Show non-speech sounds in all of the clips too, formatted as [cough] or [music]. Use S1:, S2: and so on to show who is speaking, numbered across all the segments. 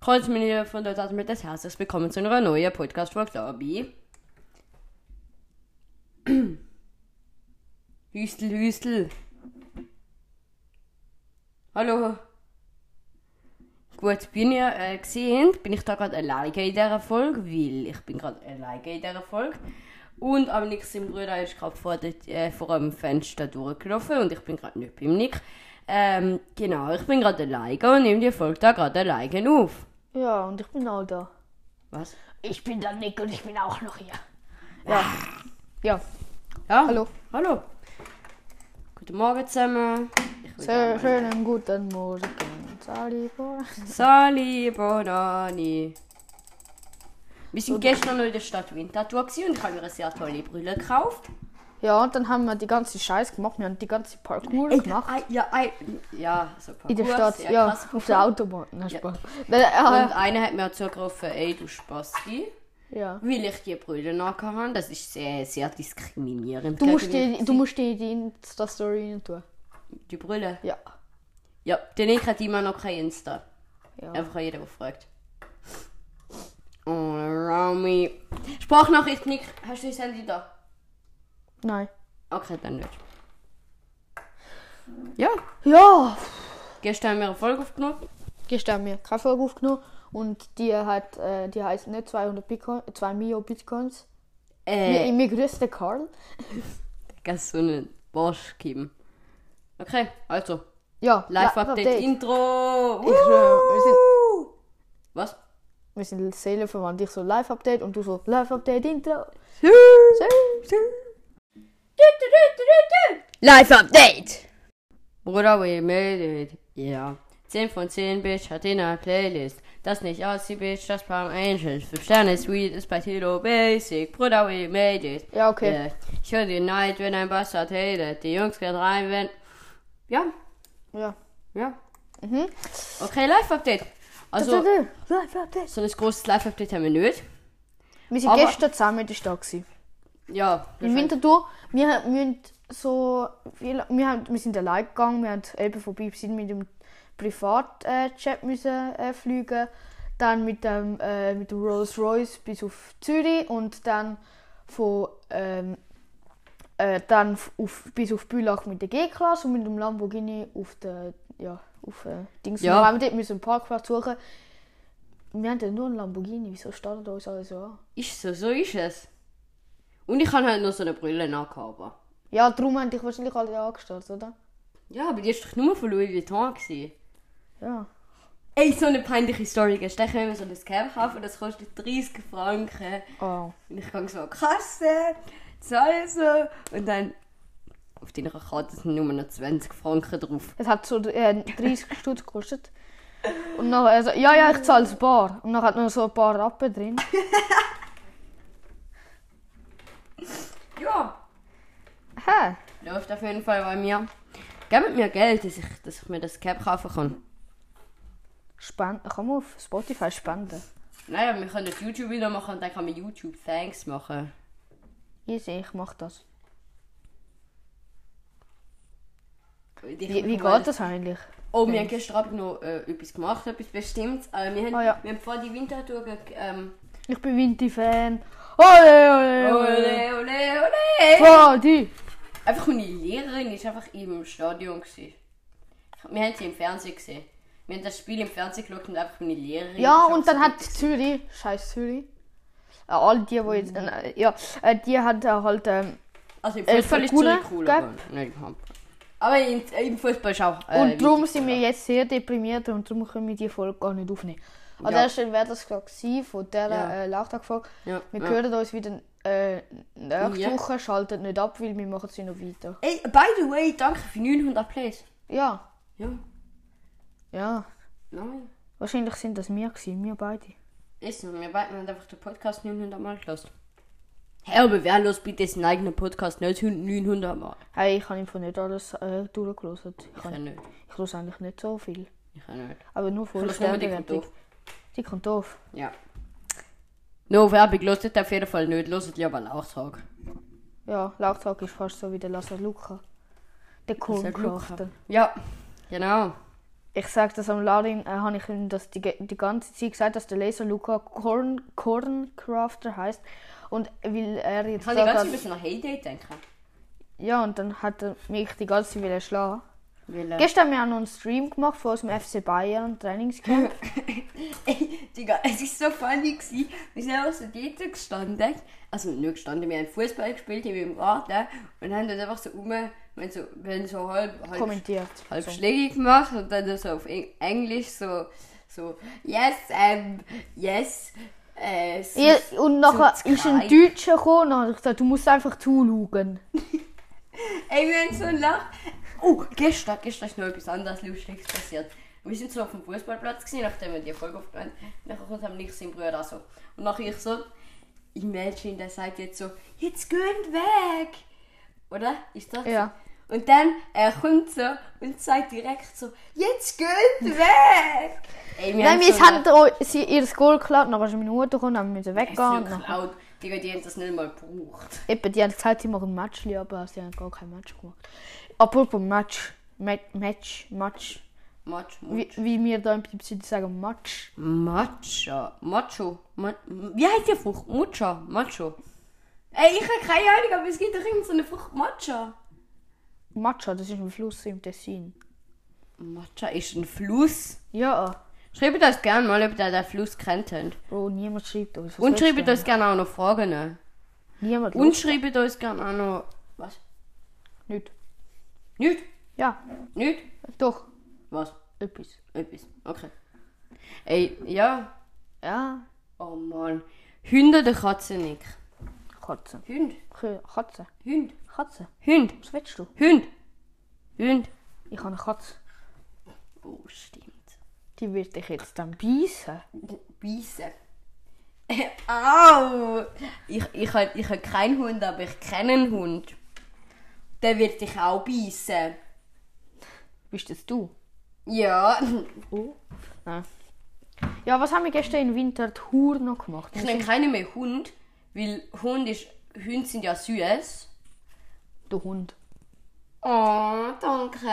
S1: Kreuz mir hier von der Seite mit des Herzens. Willkommen zu einer neuen Podcast-Workshop. [clears throat] Hüstel, Hüstel. Hallo. Gut, bin ihr äh, gesehen, bin ich da gerade alleine in dieser Folge, weil ich bin gerade alleine in dieser Folge. Und am Nick, sein Bruder, ist gerade vor, der- äh, vor dem Fenster durchgelaufen und ich bin gerade nicht beim Nick. Ähm, genau, ich bin gerade alleine und nehme die Folge da gerade alleine auf.
S2: Ja, und ich bin auch da.
S1: Was?
S2: Ich bin der Nick und ich bin auch noch hier. Ah. Ja. Ja.
S1: Ja?
S2: Hallo.
S1: Hallo. Guten Morgen zusammen. Ich bin
S2: Sehr schönen guten Morgen. Salibo.
S1: Sali Bonani. Wir sind gestern noch in der Stadt Winterthur gewesen und ich habe mir eine sehr tolle Brille gekauft.
S2: Ja, und dann haben wir die ganze Scheiß gemacht. Wir haben die ganze Parkour gemacht.
S1: Ei- Ja, ei- ja, so
S2: In der
S1: Parcours,
S2: Stadt,
S1: sehr
S2: ah, ja,
S1: krass.
S2: auf der Autobahn. Na, Spaß. äh,
S1: Und
S2: Ja.
S1: einer hat mir zugerufen, ey, du Spasti,
S2: ja.
S1: weil ich die Brille nachgehauen habe. Das ist sehr, sehr diskriminierend.
S2: Du musst
S1: gegen mich.
S2: die, du musst die, die Insta-Story rein tun.
S1: Die Brille?
S2: Ja.
S1: Ja, der Nick hat immer noch kein Insta.
S2: ja.
S1: Einfach jeder, der fragt. All around me. Oh, Sprachnachricht, Nick. Hast du das Handy da?
S2: Nein.
S1: Okay, dann nicht. Ja,
S2: Ja.
S1: gestern haben wir eine Folge aufgenommen.
S2: Gestern haben wir keine Folge aufgenommen. Und die hat, äh, die heißt nicht 200 Bitcoin, 2 Millionen Bitcoins.
S1: Äh,
S2: Mir, mir grüßt der Karl.
S1: kannst so einen Bosch geben. Okay, also,
S2: Ja,
S1: Live-Update-Intro.
S2: Ich, äh, wir, sind,
S1: Was?
S2: wir sind seelenverwandt. Ich so Live-Update und du so Live-Update-Intro.
S1: Live-Update! Bruder, we made it. Ja. 10 von 10, Bitch, hat in einer Playlist. Das nicht aus, die Bitch, das Palm Angels. 5 Sterne, Sweet ist bei Tilo Basic. Bruder, we made it.
S2: Ja, okay.
S1: Äh, Ich höre die Night, wenn ein Bastard hatet. Die Jungs gehen rein, wenn. Ja,
S2: Ja. Mhm.
S1: ja. Okay, Live-Update.
S2: Also,
S1: Also,
S2: Live-Update.
S1: so ein großes Live-Update haben wir nicht.
S2: Wir sind
S1: Aber-
S2: gestern zusammen in der Stadt. gewesen.
S1: Ja,
S2: In Winterthur, wir haben wir haben so viel, wir, haben, wir sind allein gegangen, wir haben eben vorbei sind mit dem Privatjet müssen äh, fliegen, dann mit dem, äh, mit dem Rolls Royce bis auf Zürich und dann von ähm, äh, dann f- auf, bis auf Bülach mit der G-Klasse und mit dem Lamborghini auf der ja auf äh, Dings.
S1: Ja.
S2: Wir haben dort müssen einen Parkplatz suchen. Wir haben dort nur einen Lamborghini, wieso startet uns alles so an?
S1: Ist so, so ist es. Und ich kann halt noch so eine Brille nachhaben.
S2: Ja, darum haben dich wahrscheinlich alle angestarrt, oder?
S1: Ja, aber die ist doch nur von Louis Vuitton. Gewesen.
S2: Ja.
S1: Ey, so eine peinliche Story. Gestern haben wir so ein Cap kaufen, das kostet 30 Franken.
S2: Oh.
S1: Und ich gehe so an die Kasse, zahle so. Und dann auf deiner Karte sind nur noch 20 Franken drauf.
S2: Es hat so äh, [laughs] 30 Stutz gekostet. Und nachher also, ja, ja, ich zahle es bar. Und dann hat noch so ein paar Rappen [laughs] drin.
S1: Ja,
S2: Hä?
S1: läuft auf jeden Fall bei mir. Gebt mir Geld, dass ich, dass ich mir das Cap kaufen kann.
S2: Spenden. Kann man auf Spotify spenden?
S1: Naja, wir können das YouTube-Video machen und dann kann man YouTube-Thanks machen.
S2: Easy, ich mach das.
S1: Wie,
S2: Wie, wie geht das eigentlich?
S1: Oh, wir haben gestern Abend noch äh, etwas gemacht, etwas Bestimmtes. Äh, wir, haben,
S2: Ah, ja.
S1: wir haben vor die Wintertour ge- ähm,
S2: Ich bin Winti-Fan. Ole, ole, ole.
S1: Ole, ole, ole!
S2: Party!
S1: Einfach meine Lehrerin ist einfach im Stadion. Gewesen. Wir haben sie im Fernsehen gesehen. Wir haben das Spiel im Fernsehen geschaut und einfach meine Lehrerin.
S2: Ja,
S1: ist
S2: und
S1: einfach
S2: dann
S1: so-
S2: hat Zürich, scheiß Zürich, äh, all die, wo jetzt, äh, ja, äh, die hat äh, halt, ähm,
S1: Also im
S2: äh,
S1: Fußball ist Zürich
S2: Verkunen
S1: cool,
S2: gab-
S1: aber nicht im Handball. Aber in, äh, im Fußball ist auch. äh,
S2: und darum
S1: wichtig,
S2: sind wir
S1: ja.
S2: jetzt sehr deprimiert und darum können wir die Folge gar nicht aufnehmen. An
S1: Ja.
S2: der Stelle wäre das gerade gewesen von dieser
S1: Ja.
S2: äh, Lauftagfolge.
S1: Ja,
S2: Wir
S1: ja.
S2: hören uns wieder äh, nächste
S1: Ja.
S2: Woche. Schaltet nicht ab, weil wir machen sie noch weiter.
S1: Ey, by the way, danke für 900 Plays.
S2: Ja,
S1: Ja,
S2: ja.
S1: nein.
S2: Wahrscheinlich sind das wir gewesen, wir beide.
S1: Ist so, wir beiden haben einfach den Podcast 900 Mal gelassen. Hä, aber wer los bitte seinen eigenen Podcast nicht 900 Mal?
S2: Hey, ich habe einfach nicht alles äh, durchgelesen. Ich,
S1: Ich
S2: hab-
S1: kann nicht.
S2: ich höre eigentlich nicht so viel.
S1: Ich kann nicht.
S2: Aber nur vor
S1: Ich
S2: der
S1: lasse nur die
S2: Sternbewertung. Die kommt doof.
S1: Ja. No, Werbung loset auf jeden Fall nicht. Loset lieber Lauchtag.
S2: Ja, Lauftag ist fast so wie der Lasse Luca. Der Kornkrachter.
S1: Ja, genau.
S2: Ich sage das am Lading, äh, habe ich ihm das die, ge- die ganze Zeit gesagt, dass der Laser Luca Korn, Korncrafter heißt. Und weil er jetzt
S1: Ich habe die ganze Zeit
S2: gesagt
S1: müssen nach Heyday denken.
S2: hat- ja, und dann hat er mich die ganze Zeit wollen schlagen.
S1: Weil, äh,
S2: Gestern haben wir auch noch einen Stream gemacht von unserem FC Bayern Trainingscamp.
S1: [laughs] Ey, Digga, es war so funny. Gewesen. Wir sind einfach so dort gestanden. Also nicht gestanden, wir haben Fußball gespielt hier im Garten und haben dort einfach so rum, wir haben so, wir haben so halb, halb,
S2: kommentiert.
S1: halb
S2: So.
S1: Schläge gemacht und dann so auf Eng- Englisch so, so, yes, ähm, yes, äh, es
S2: Ja,
S1: ist-
S2: und nachher
S1: zu
S2: ist ein
S1: klein.
S2: Deutscher gekommen und dann habe ich gesagt, du musst einfach zuschauen.
S1: Ey, wir haben so lacht. Oh, gestern, gestern ist noch etwas anderes Lustiges passiert. Wir sind so auf dem Fußballplatz gewesen, nachdem wir die Folge aufgenommen haben. Nachher kommt am nächsten Bruder auch so. Und nachher ich so, imagine, der sagt jetzt so, jetzt geht weg. Oder? Ist das
S2: Ja.
S1: so? Und dann, er kommt so und sagt direkt so, jetzt geht weg. Ey,
S2: Nein, wir
S1: so
S2: haben euch- sie ihr Goal geklaut, nachher ist eine Minute gekommen, dann müssen wir
S1: es
S2: weggehen.
S1: so
S2: Nachher-
S1: geklaut. Digga, die haben das nicht mal gebraucht.
S2: Eben, die haben gesagt, sie machen ein Match, aber sie haben gar kein Match gemacht. Apropos Match, Ma Match, Match.
S1: Matsch,
S2: Wie, wie wir da im Prinzip sagen, Match.
S1: Matcha. Macho. Ma Wie heißt die Frucht? Mucha. Macho. Ey, ich habe keine Ahnung, aber es gibt doch irgendeine so eine Frucht Matcha.
S2: Matcha, ah, das ist ein Fluss im Tessin.
S1: Matcha ist ein Fluss.
S2: Ja,
S1: Schreibt das gerne mal, ob ihr den Fluss kennt. habt.
S2: Bro, niemand schreibt uns. Was
S1: Und
S2: willst du
S1: schreibt
S2: denn?
S1: uns gerne auch noch Fragen. an.
S2: Niemand.
S1: Und
S2: Und?
S1: schreibt uns gerne auch noch... Was?
S2: Nicht.
S1: Nicht?
S2: Ja,
S1: Nicht?
S2: doch,
S1: Was?
S2: etwas.
S1: Etwas. Okay. Ey, ja.
S2: Ja,
S1: Oh Mann. Hunde oder Katze nicht?
S2: Katze.
S1: Hund.
S2: K- Katze.
S1: Hund.
S2: Katze.
S1: Hund.
S2: Was willst du?
S1: Hund. Hund.
S2: Ich habe eine Katze.
S1: Oh, stimmt.
S2: Die wird dich jetzt dann beißen.
S1: Beißen. [laughs] Au! Ich, ich, hab- ich habe keinen Hund, aber ich kenne einen Hund. Der wird dich auch beißen.
S2: Bist das du?
S1: Ja.
S2: Oh. Nein. Ja, was haben wir gestern im Winter die Hur noch gemacht?
S1: Ich nenne keinen mehr Hund, weil Hund ist, Hunde sind ja süß.
S2: Der Hund.
S1: Oh, danke.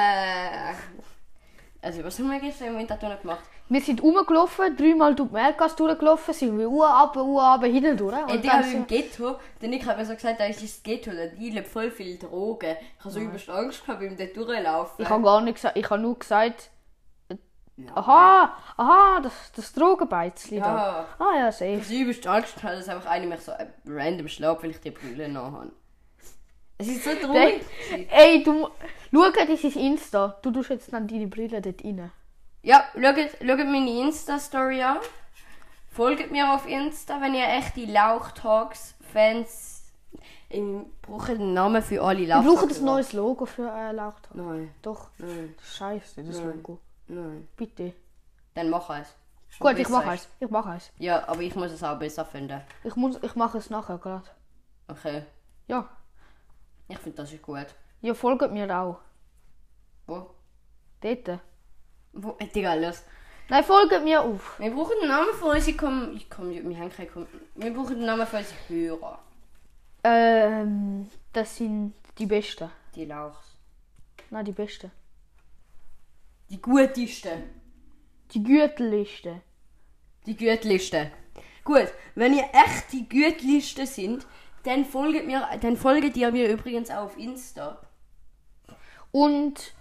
S1: Also, was haben wir gestern im Winterthur gemacht?
S2: Wir sind rumgelaufen, dreimal durch die Melkas durchgelaufen, sind wir Uhr ab, Uhr ab, hinten durch.
S1: Ey, Digga,
S2: Und dann
S1: aber im
S2: sind,
S1: Ghetto, der Nick hat mir so gesagt, da ist das Ghetto, da dealen voll viel Drogen. Ich habe so übelst Angst gehabt beim dort durchlaufen.
S2: ich habe gar nicht gesagt, ich habe nur gesagt,
S1: Ja.
S2: aha, aha, das, das Drogenbeizli
S1: Ja.
S2: da. Ah ja, safe.
S1: Ich habe übelst Angst gehabt, dass einfach einer mich so äh, random schlägt, weil ich die Brille noch habe. Es ist so traurig.
S2: Ey, du, schau, das ist Insta. Du tust jetzt dann deine Brille dort rein.
S1: Ja, schaut, schaut meine Insta-Story an. Folgt mir auf Insta, wenn ihr echte Lauchtags-Fans... Ich brauche den Namen für alle
S2: Wir
S1: Lauchtags.
S2: brauchen ein neues Logo für äh, Lauchtag.
S1: Nein,
S2: Doch.
S1: Nein.
S2: Scheiße, das
S1: Nein.
S2: Logo.
S1: nein.
S2: Bitte.
S1: Dann mach es.
S2: Gut, ich
S1: Besser
S2: mache
S1: ist-
S2: es. Ich mache es.
S1: Ja, aber ich muss es auch besser finden.
S2: Ich, muss, ich mache es nachher gerade.
S1: Okay.
S2: Ja.
S1: Ich finde, das ist gut.
S2: Ihr folgt mir auch.
S1: Wo?
S2: Dort.
S1: Wo? Äh, Digga, los.
S2: Nein, folgt mir auf.
S1: Wir brauchen einen Namen für unsere... Kom ich komm, wir haben keine... Kom wir brauchen einen Namen für unsere Hörer.
S2: Ähm, das sind die Besten.
S1: Die Lauchs.
S2: Nein, die Besten.
S1: Die gutesten.
S2: Die Gürtelliste.
S1: Die Gütlisten. Gut, wenn ihr echt die Gütlisten sind, dann folgt mir, dann folgt ihr mir übrigens auch auf Insta.
S2: Und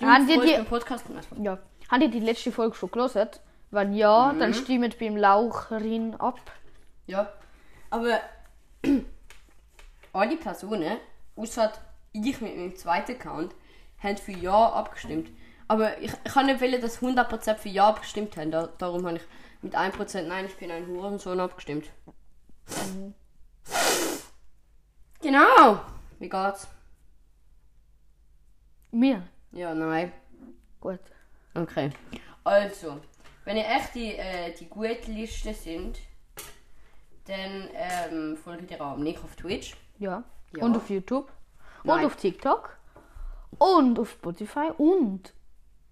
S2: habt ihr
S1: folgt
S2: die,
S1: dem Podcast
S2: ja, habt ihr die letzte Folge schon gelesen? Wenn ja,
S1: Mhm.
S2: dann stimmt beim Laucherin ab.
S1: Ja. Aber [clears throat] alle Personen, außer ich mit meinem zweiten Account, haben für Ja abgestimmt. Aber ich, ich kann nicht wählen, dass 100% für Ja abgestimmt haben. Da, darum habe ich mit 1% Nein, ich bin ein Hurensohn abgestimmt. Genau! Wie geht's?
S2: Mir.
S1: Ja, nein.
S2: Gut.
S1: Okay. Also, wenn ihr echt die, äh, die gute Liste sind, dann ähm, folgt ihr auch am Nick auf Twitch.
S2: Ja.
S1: Ja.
S2: Und auf YouTube.
S1: Nein.
S2: Und auf TikTok. Und auf Spotify. Und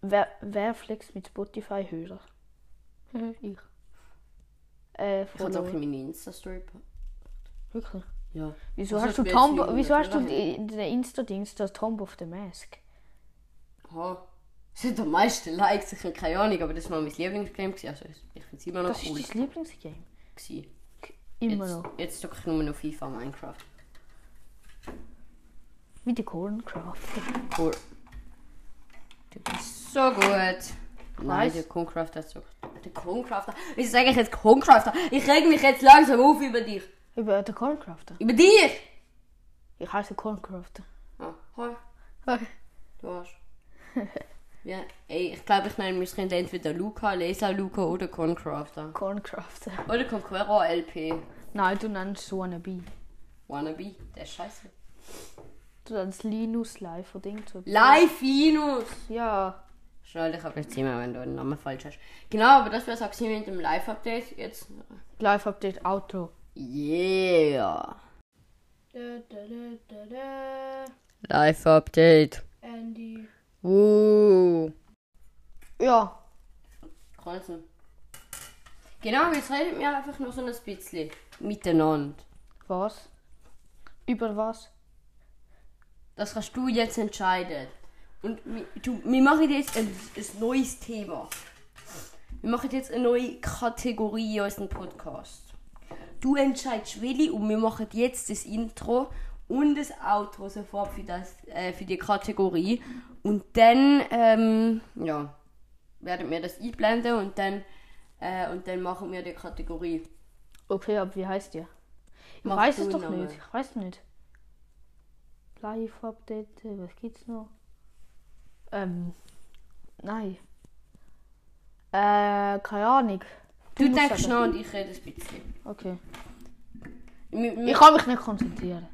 S2: wer, wer flext mit Spotify höher? ich. Äh,
S1: Mhm. Ich habe auch
S2: Follower.
S1: in meine Insta-Story. gepackt.
S2: Wirklich.
S1: Ja.
S2: Wieso
S1: Das
S2: hast
S1: hat
S2: du
S1: mir
S2: Tom,
S1: jetzt
S2: wieso hast du
S1: niemand
S2: die- den Insta-Dings, das Tomb of the Mask?
S1: Aha. Das hat am meisten Likes, ich habe keine Ahnung, aber das war mein Lieblingsgame. gewesen. Also ich finde es immer noch
S2: Das
S1: cool.
S2: ist dein Lieblingsgame.
S1: gewesen.
S2: Immer
S1: jetzt,
S2: noch.
S1: jetzt zocke ich nur noch FIFA Minecraft.
S2: Wie die Corncraft.
S1: Cool. Du bist so gut. Nein,
S2: Nice.
S1: der Concrafter zockt. Der Concrafter? Wieso sage ich jetzt Concrafter? Ich reg mich jetzt langsam auf über dich.
S2: Über den Corncrafter.
S1: Über dich!
S2: Ich heiße Corncrafter.
S1: Ah, hi.
S2: Okay.
S1: Du
S2: [laughs]
S1: Arsch. ja, ey, ich glaube, ich nenne mein Kind entweder Luca, Laser Luca oder Concrafter.
S2: Corncrafter.
S1: Oder Conqueror LP.
S2: Nein, du nennst Wannabe.
S1: Wannabe. Der ist scheiße.
S2: Du nennst Linus live oder irgend so.
S1: Live Linus!
S2: Ja.
S1: Schnell, ich habe nicht Thema, wenn du den Namen falsch hast. Genau, aber das wär's auch gewesen mit dem Live-Update. Jetzt.
S2: Live Update Outro.
S1: Yeah! Live-Update.
S2: Andy.
S1: Woo!
S2: Ja.
S1: Kreuzen. Genau, jetzt redet mir einfach nur so ein bisschen miteinander.
S2: Was? Über was?
S1: Das kannst du jetzt entscheiden. Und mi- du, wir machen jetzt ein, ein neues Thema. Wir machen jetzt eine neue Kategorie in unserem Podcast. Du entscheidest Willi und wir machen jetzt das Intro und das Outro sofort für, das, äh, für die Kategorie. Und dann ähm, ja, werden wir das einblenden und dann, äh, und dann machen wir die Kategorie.
S2: Okay, aber wie heißt ihr? Ich
S1: Mach
S2: weiß
S1: du
S2: es
S1: einen
S2: doch
S1: Namen.
S2: nicht. Ich weiß nicht. Live Update, äh, was gibt's noch? Ähm. Nein. Äh, keine Ahnung.
S1: Du,
S2: musst
S1: denkst
S2: sagen.
S1: noch und ich rede ein bisschen.
S2: Okay.
S1: Wir- wir-
S2: Ich kann mich nicht konzentrieren.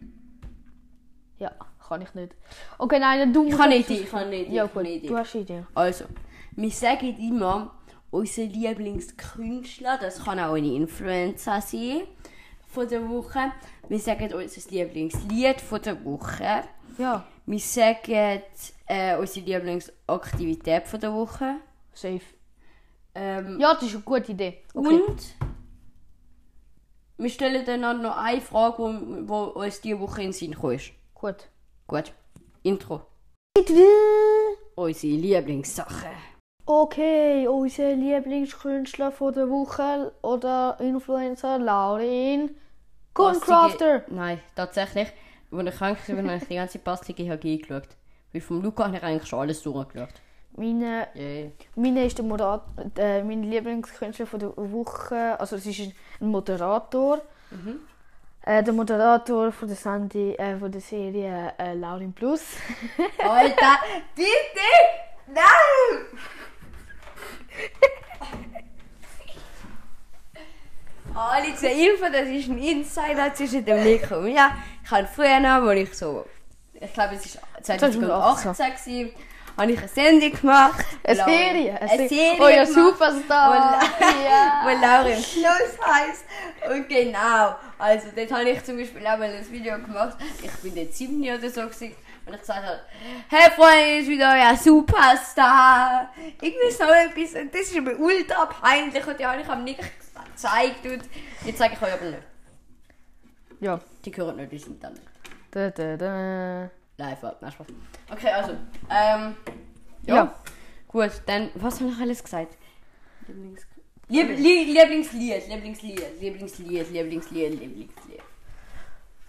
S2: Ja, kann ich nicht. Okay, nein, du
S1: Ich
S2: musst.
S1: habe eine Idee, ich habe eine Idee.
S2: Ja,
S1: ich habe
S2: gut.
S1: eine Idee.
S2: Du hast eine Idee.
S1: Also, wir sagen immer, unser Lieblingskünstler, das kann auch eine Influencer sein, von der Woche. Wir sagen unser Lieblingslied von der Woche.
S2: Ja,
S1: Wir sagen äh, unsere Lieblingsaktivität von der Woche.
S2: safe.
S1: Ähm,
S2: Ja, das ist eine gute Idee. Okay.
S1: Und wir stellen dann noch eine Frage, die wo uns diese Woche in den Sinn gekommen ist.
S2: Gut.
S1: Gut, Intro. Unsere Lieblingssache.
S2: Okay, unser Lieblingskünstler von der Woche oder Influencer Laurin Guncrafter.
S1: Passige- Nein, tatsächlich. Als ich krank war, habe ich die ganze passige HG geschaut. Weil vom Luca habe ich eigentlich schon alles durchgeschaut.
S2: Meine,
S1: Yeah.
S2: meine ist der Moderator, äh, mein Lieblingskünstler von der Woche, also es ist ein- ein Moderator.
S1: Mhm.
S2: Äh, der Moderator von der, Sandy, äh, von der Serie äh, Laurin Plus.
S1: Alter, [laughs] bitte! Nein! Alle zur Info, das ist ein Insider zwischen dem Nico und mir. Ich habe früher noch, als ich so... Ich glaube, es war 2018,
S2: 2018
S1: gewesen, habe ich eine Sendung gemacht.
S2: Eine
S1: Laurin-
S2: Serie.
S1: Eine Serie
S2: Oh ja,
S1: gemacht. Oh,
S2: Superstar.
S1: Wo-
S2: [laughs] ja.
S1: wo Laurin Schluss heißt. Und genau, also dort habe ich zum Beispiel auch mal ein Video gemacht. Ich bin dort 7 oder so gewesen. Und ich gesagt habe, hey Freunde, ist wieder euer Superstar. Ich will so etwas, und das ist mir ultra peinlich. Und die habe ich am nicht gezeigt. Und jetzt zeige ich euch aber nicht.
S2: ja.
S1: Die gehören nicht ins Internet.
S2: Da, da, da.
S1: Live, nein, Spaß. Okay, also, ähm, ja.
S2: Ja.
S1: Gut, dann, was habe ich alles gesagt? Lieblings Lieb Lie Lieblingslied, Lieblingslied, Lieblingslied, Lieblingslied, Lieblingslied.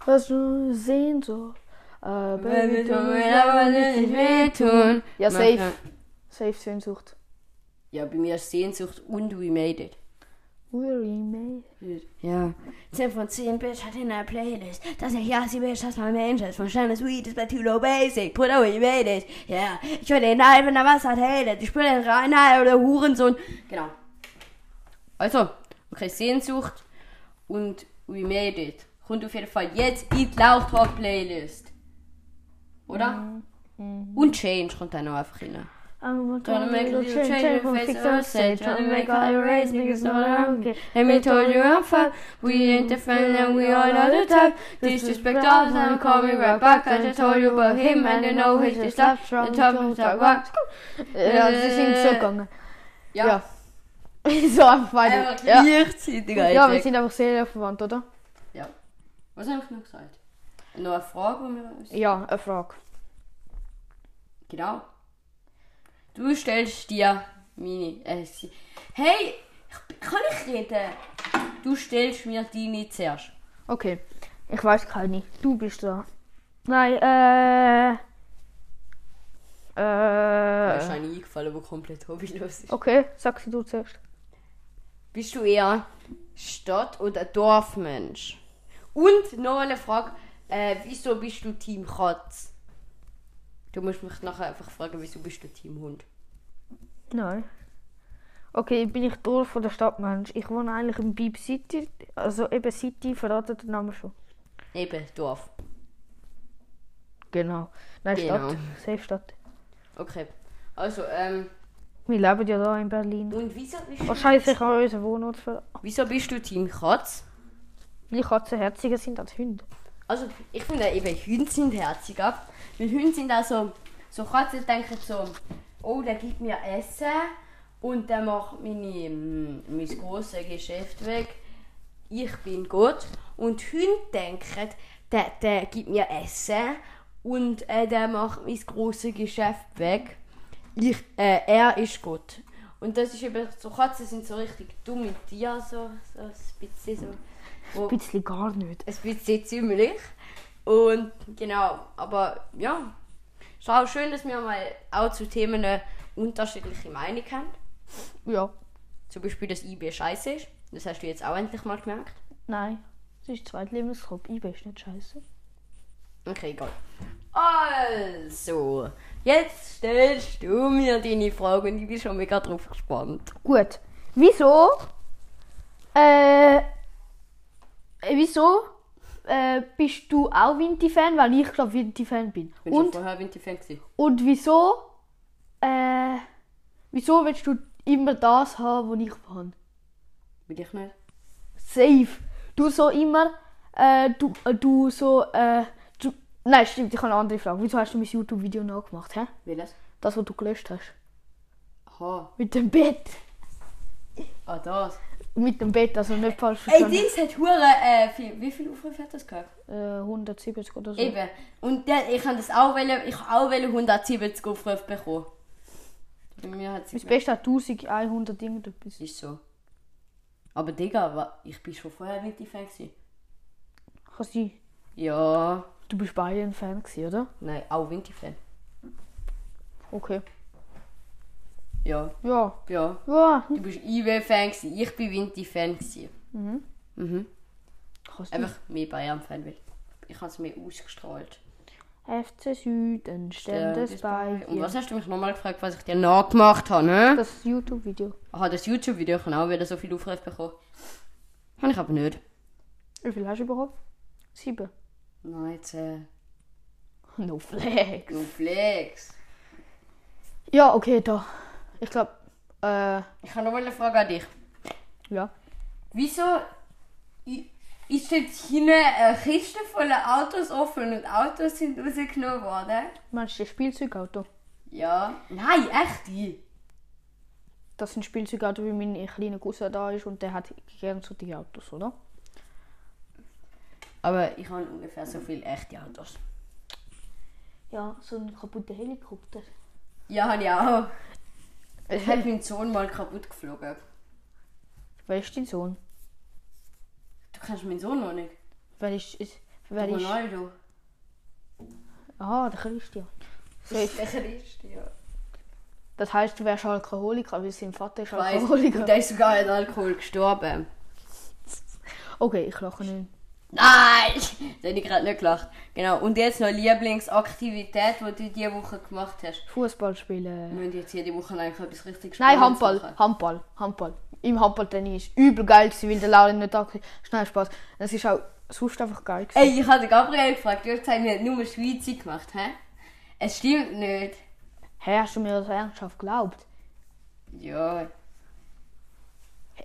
S2: Was du sehen soll. Äh, Baby, tu mir aber nicht weh.
S1: wehtun.
S2: Ja, safe. Safe Sehnsucht.
S1: Ja, bei mir ist Sehnsucht und We Made It.
S2: Weary May.
S1: Ja. 10 von 10 Bitch hat in der Playlist. Das ist ja sie Bitch, das war Mensch. Das von Stein ist Sweet, ist bei Tilo Basic. Bruder, we made it. Ja. Ich höre den Nein, wenn der Wasser hält. Ich spüre den Reinheit oder Hurensohn. Genau. Also, okay, Sehnsucht und We made it. Kommt auf jeden Fall jetzt in die Lauchtalk Playlist. Oder?
S2: Mm.
S1: Und Change kommt dann noch einfach rein.
S2: I'm
S1: Gonna make a little change in face of upset.
S2: Oh
S1: Trying to make all
S2: the
S1: your race niggas know that I'm gay. Let me tell you I'm fine. We ain't the friend and we all know the type. Disrespect all the time, call me right back. I just told you about him and you know he's just up. The top of the rock. Uh,
S2: Ja, das ist ihm so gegangen.
S1: Ja.
S2: [laughs]
S1: Also,
S2: Ja. so einfach weiter. Ja. ja, wir sind einfach sehr verwandt, oder?
S1: Ja. Was habe ich noch gesagt? Noch eine Frage, die wir uns...
S2: Ja, eine Frage.
S1: Genau. Du stellst dir meine. Äh, sie- hey, ich, bin- kann ich reden? Du stellst mir deine zuerst.
S2: Okay. Ich weiß keine. Du bist da. Nein, äh.
S1: Mir ist
S2: Äh.
S1: eine eingefallen, die komplett hobbylos ist.
S2: Okay, sag sie du zuerst.
S1: Bist du eher Stadt- oder Dorfmensch? Und noch eine Frage: äh, Wieso bist du Team Katz? Du musst mich nachher einfach fragen, wieso bist du Team Hund?
S2: Nein. Okay, bin ich Dorf- oder Stadtmensch? Ich wohne eigentlich im Beep City. Also eben City verratet der Name schon.
S1: Eben, Dorf.
S2: Genau. Nein,
S1: Genau.
S2: Stadt. Safe Stadt.
S1: Okay. Also, ähm,
S2: Wir leben ja da in Berlin.
S1: und wieso bist du,
S2: Oh scheiße, ich habe unseren Wohnort verraten.
S1: wieso bist du Team Katz?
S2: Weil Katzen herziger sind als Hunde.
S1: Also, ich finde eben, Hunde sind herzig ab. Weil Hunde sind auch so, so Katzen denken so, oh, der gibt mir Essen und der macht meine, mm, mein grosses Geschäft weg. Ich bin gut. Und Hunde denken, der, der gibt mir Essen und äh, der macht mein grosses Geschäft weg. Ich, äh, er ist gut. Und das ist eben, so Katzen sind so richtig dumme Tiere, so, so ein bisschen so. wo-
S2: Ein bisschen gar nicht.
S1: es wird sehr ziemlich. Und genau, aber ja, ist auch schön, dass wir mal auch zu Themen eine unterschiedliche Meinung haben.
S2: Ja.
S1: Zum Beispiel, dass IB scheiße ist. Das hast du jetzt auch endlich mal gemerkt.
S2: Nein. Das ist Zweitlebensgruppe. IB ist nicht scheiße.
S1: Okay, egal. Also, jetzt stellst du mir deine Frage und ich bin schon mega drauf gespannt.
S2: Gut. Wieso? Äh. Wieso? Äh, bist du auch Winti-Fan? Weil ich glaube, Winti-Fan bin.
S1: schon
S2: Und,
S1: vorher Winterfan gewesen.
S2: und wieso? Äh. Wieso willst du immer das haben, was ich habe?
S1: Bin ich nicht?
S2: Safe. Du so immer. Äh, du, äh, du so. Äh, du, nein, stimmt, ich habe eine andere Frage. Wieso hast du mein YouTube-Video nachgemacht? Hä?
S1: Welches?
S2: Das, was du gelöscht hast.
S1: Aha,
S2: Mit dem Bett.
S1: ah, das.
S2: Mit dem Bett, also nicht falsch
S1: Ey,
S2: verstanden.
S1: Dings hat Hure, äh, viel, wie viel Aufrufe hat das gehabt?
S2: äh, 170 oder so.
S1: Eben. Und der, ich habe das auch wollen, ich habe auch wollen 170 Aufrufe bekommen. Bei mir hat
S2: Mein
S1: es
S2: Beste hat 1100 irgendetwas.
S1: ist so. Aber Digga, wa- ich bin schon vorher nicht die Fan gewesen.
S2: Kann sein.
S1: Ja,
S2: Du bist Bayern-Fan gewesen, oder?
S1: nein, auch Winterfan.
S2: Okay.
S1: Ja,
S2: Ja.
S1: ja.
S2: Ja.
S1: Du bist IW-Fan gewesen, ich bin Winterfan gewesen.
S2: Mhm.
S1: Mhm.
S2: Kann sein.
S1: Einfach mehr Bayern-Fan, weil ich habe es mehr ausgestrahlt.
S2: FC Süden,
S1: Äh,
S2: Stendes
S1: das-
S2: bei
S1: Und
S2: dir.
S1: was hast du mich nochmal gefragt, was ich dir nachgemacht habe, ne?
S2: Das YouTube-Video.
S1: Aha, das YouTube-Video, ich habe auch wieder so viel Aufrufe bekommen. Habe ich aber nicht.
S2: Wie viel hast du überhaupt? Sieben.
S1: Nein, jetzt, äh...
S2: No flag.
S1: Du Flex.
S2: Ja, okay, da. Ich glaube, äh,
S1: Ich habe noch mal eine Frage an dich.
S2: ja.
S1: Wieso i- ist jetzt hinten eine Kiste voller Autos offen und Autos sind rausgenommen worden?
S2: Meinst du das Spielzeugauto?
S1: Ja. Nein, echt die.
S2: Das sind Spielzeugauto, wie mein kleiner Cousin da ist und der hat gern so die Autos, oder?
S1: Aber ich habe ungefähr so viele echte Autos.
S2: Ja, so ein kaputter Helikopter.
S1: Ja, habe ich auch. Ich habe meinen Sohn mal kaputt geflogen.
S2: Wer ist dein Sohn?
S1: Du kennst meinen Sohn noch nicht.
S2: Wer ist. ist wer ist.
S1: Ronaldo.
S2: Ah, der Christian.
S1: Ist der Christian.
S2: Das heißt, du wärst Alkoholiker, weil sein Vater ist
S1: Ich weiss.
S2: Alkoholiker.
S1: Und der ist sogar an Alkohol gestorben.
S2: Okay, ich lache nicht.
S1: Nein! [laughs] Das hätte ich gerade nicht gelacht. Genau. Und jetzt noch Lieblingsaktivität, die du diese Woche gemacht hast.
S2: Fußball spielen.
S1: Wir müssen jetzt jede Woche eigentlich etwas richtig
S2: Nein,
S1: Spannendes
S2: Handball.
S1: machen.
S2: Handball. Handball. Im Handballtraining ist übel geil, gewesen, weil der Laurin nicht da war. Schnell Spaß. Es ist auch sonst einfach geil. Gewesen.
S1: Ey, ich habe den Gabriel gefragt, du hast gesagt, wir haben nur Schweizer gemacht, hä? Es stimmt nicht.
S2: Hä, hast du mir das ernsthaft geglaubt?
S1: Ja.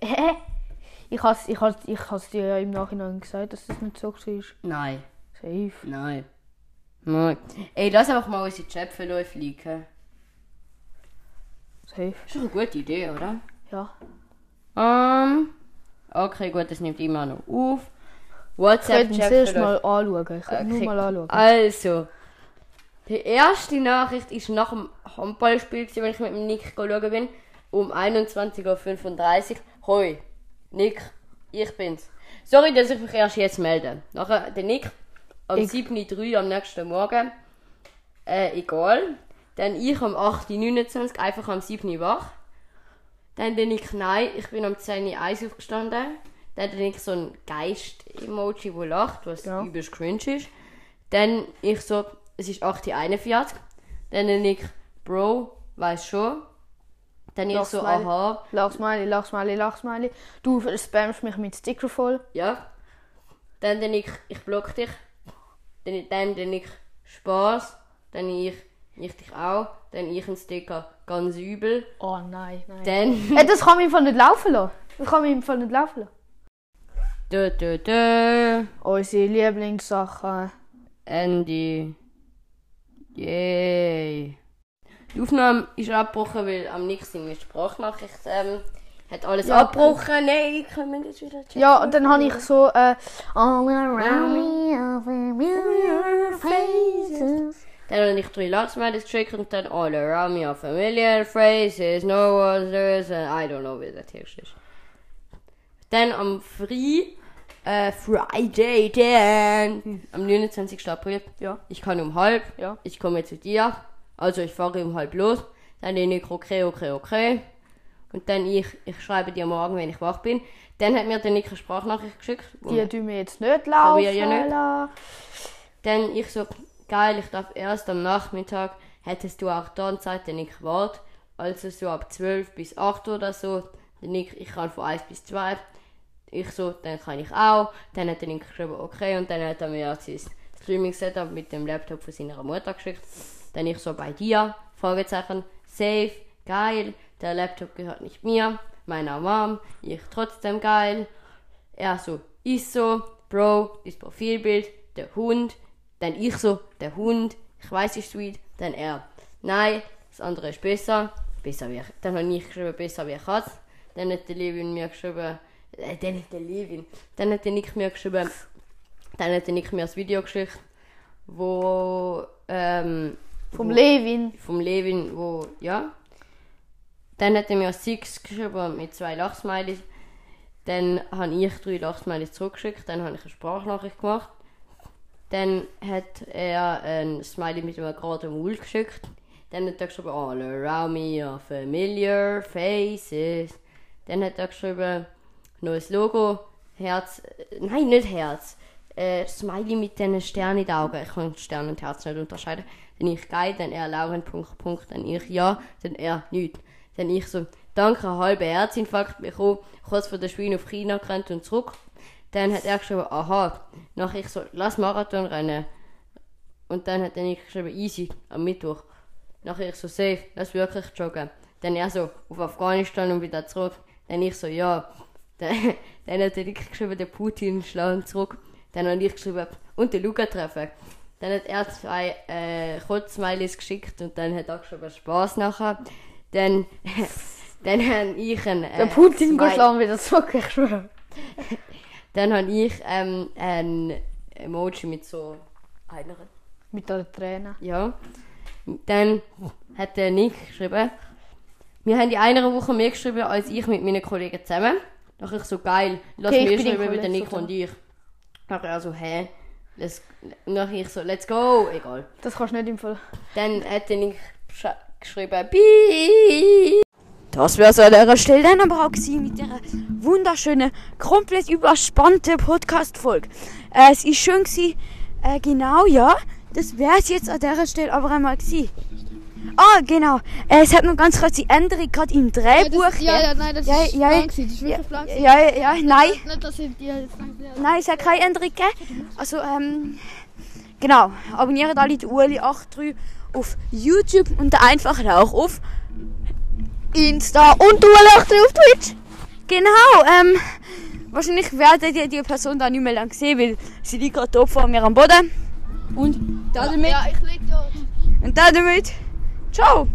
S2: Hä? Ich has, ich has, ich has dir ja im Nachhinein gesagt, dass das nicht so war.
S1: Nein.
S2: Safe.
S1: Nein. Nein. Ey, lass einfach mal unsere Chatverläufe liegen.
S2: Safe.
S1: Ist doch eine gute Idee, oder?
S2: Ja.
S1: Ähm. okay, gut, das nimmt immer noch auf. WhatsApp,
S2: Könnten Sie erst
S1: Chatverläufe. Äh,
S2: mal anschauen. Ich könnte nur
S1: Okay.
S2: mal anschauen.
S1: Also, Die erste Nachricht ist nach dem Handballspiel, gewesen, wenn ich mit dem Nick schauen bin, um 21.35 Uhr. Hoi, Nick, ich bin's. Sorry, dass ich mich erst jetzt melde. Nachher der Nick am 7.03 Uhr am nächsten Morgen. Äh, egal. Dann ich am 8.29 Uhr, einfach am 7. Uhr wach. Dann der Nick, nein, ich bin am 10.01 Uhr aufgestanden. Dann der Nick so ein Geist-Emoji, wo lacht, was
S2: Ja.
S1: übelst cringe ist. Dann ich so, es ist 8.41 Uhr. Dann der Nick, Bro, weiß schon. Dann ich
S2: Lach
S1: so,
S2: Smiley.
S1: aha,
S2: Lachsmiley, Lachsmiley, Lachsmiley. Du spammst mich mit Sticker voll.
S1: ja. Dann der Nick, ich block dich. Dann, dann der Nick, Spaß. Dann ich, ich dich auch. Dann ich ein Sticker, ganz übel.
S2: Oh nein, nein.
S1: [laughs] Dann,
S2: Äh, das kann man im Fall nicht laufen lassen. Das kann man im Fall nicht laufen lassen.
S1: dö, dö, dö.
S2: Unsere Lieblingssachen.
S1: Andy. Yay. Die Aufnahme ist abgebrochen, weil am Nick seine Sprachnachricht ähm, hat alles
S2: Ja,
S1: abgebrochen. Nein, können wir jetzt wieder checken?
S2: Ja, und dann habe ich so äh, All around me are familiar faces.
S1: Dann habe ich drei Latzmeldungen geschickt und dann all around me are familiar phrases, no one's there, and I don't know, wie der Text ist. Dann am Free, äh, Friday, dann, am 29. April,
S2: Ja.
S1: ich kann um halb,
S2: Ja.
S1: ich komme zu dir, also ich fahre um halb los, dann den ich, okay, okay, okay. Und dann ich, ich schreibe dir morgen, wenn ich wach bin. Dann hat mir der Nick eine Sprachnachricht geschickt. wo
S2: Die tun wir jetzt nicht laufen.
S1: wir ja nicht.
S2: lassen.
S1: dann ich so, geil, ich darf erst am Nachmittag, hättest du auch dann Zeit, denn ich warte. Also so ab 12 bis 8 oder so, denn ich, ich kann von 1 bis 2. Ich so, dann kann ich auch. Dann hat er ihn geschrieben, okay, und dann hat er mir auch sein Streaming-Setup mit dem Laptop von seiner Mutter geschickt. Dann ich so, bei dir, Fragezeichen, safe, geil, der Laptop gehört nicht mir, meiner Mom, ich trotzdem geil. Er so, ist so, Bro, das Profilbild, der Hund. Dann ich so, der Hund, ich weiß ist sweet. Dann er, nein, das andere ist besser. Besser wie ich. Dann habe ich geschrieben, besser wie Katz. Dann hat der Levin mir geschrieben, äh, dann hat der Levin. Dann hat der Nick mir geschrieben, dann hat der Nick mir das Video geschickt, wo, ähm,
S2: Vom Levin.
S1: vom Levin, wo, ja. Dann hat er mir Six geschrieben mit zwei Lachsmileys. Dann habe ich drei Lachsmileys zurückgeschickt. Dann habe ich eine Sprachnachricht gemacht. Dann hat er ein Smiley mit einem geraden Maul geschickt. Dann hat er geschrieben, all around me are familiar faces. Dann hat er geschrieben, neues Logo, Herz, äh, nein, nicht Herz. Äh, Smiley mit diesen Sternen in den Augen. Ich kann Stern und Herz nicht unterscheiden. Dann ich geil, dann er Lauren, Punkt, Punkt, dann ich ja, dann er nichts. Dann ich so, danke, einen halben Herzinfarkt bekommen, kurz vor der Schweine auf China gerannt und zurück. Dann hat er geschrieben, aha, nach ich so, lass Marathon rennen. Und dann hat er nicht geschrieben, easy, am Mittwoch. Nachher ich so, safe, lass wirklich joggen. Dann er so, auf Afghanistan und wieder zurück. Dann ich so, ja. Dann, [laughs] dann hat er nicht geschrieben, der Putin schlagen zurück. Dann habe ich geschrieben, und den Luca treffen. Dann hat er zwei äh, Kurzsmileys geschickt und dann hat er geschrieben, Spaß nachher. Dann, [laughs] dann habe ich ein.
S2: Der
S1: äh,
S2: Putin
S1: zwei-
S2: geht lang wieder zurück, ich schwöre.
S1: dann habe ich ähm, ein Emoji mit so einer.
S2: Mit der Träne.
S1: Ja. Dann hat der Nick geschrieben, wir haben in einer Woche mehr geschrieben als ich mit meinen Kollegen zusammen. Dann ich so geil, lass
S2: Okay, ich
S1: mir
S2: bin
S1: schreiben
S2: in
S1: mit der Nick
S2: Kollegen
S1: und ich. Nachher also, hä? Let's, nachher ich so, let's go, egal.
S2: Das kannst du nicht im Fall.
S1: Dann hat der Nick gesch- geschrieben, Piep.
S3: Das wäre an dieser Stelle dann aber auch gewesen mit dieser wunderschönen, komplett überspannten Podcast-Folge. Äh, es ist schön gewesen, äh, genau, ja, das wäre es jetzt an dieser Stelle aber einmal gewesen. Ah, genau, äh, es hat noch ganz kurz die Änderung gerade im Drehbuch.
S4: Ja, ja, nein, das
S3: Ja,
S4: ist
S3: ja,
S4: blank gewesen, Das ist wirklich blank gewesen.
S3: ja, ja, ja, nein.
S4: Nicht, dass ich dir jetzt blank bin.
S3: Nein, es hat keine Änderung gegeben. Also, ähm, genau. Abonniert alle die Ueli83 auf YouTube und den einfachen auch auf Insta und die Ueli83 auf Twitch. Genau, ähm, wahrscheinlich werdet ihr die Person da nicht mehr lange sehen, weil sie liegt gerade tot vor mir am Boden. Und damit,
S4: Ja, ich liege dort.
S3: und damit, ciao!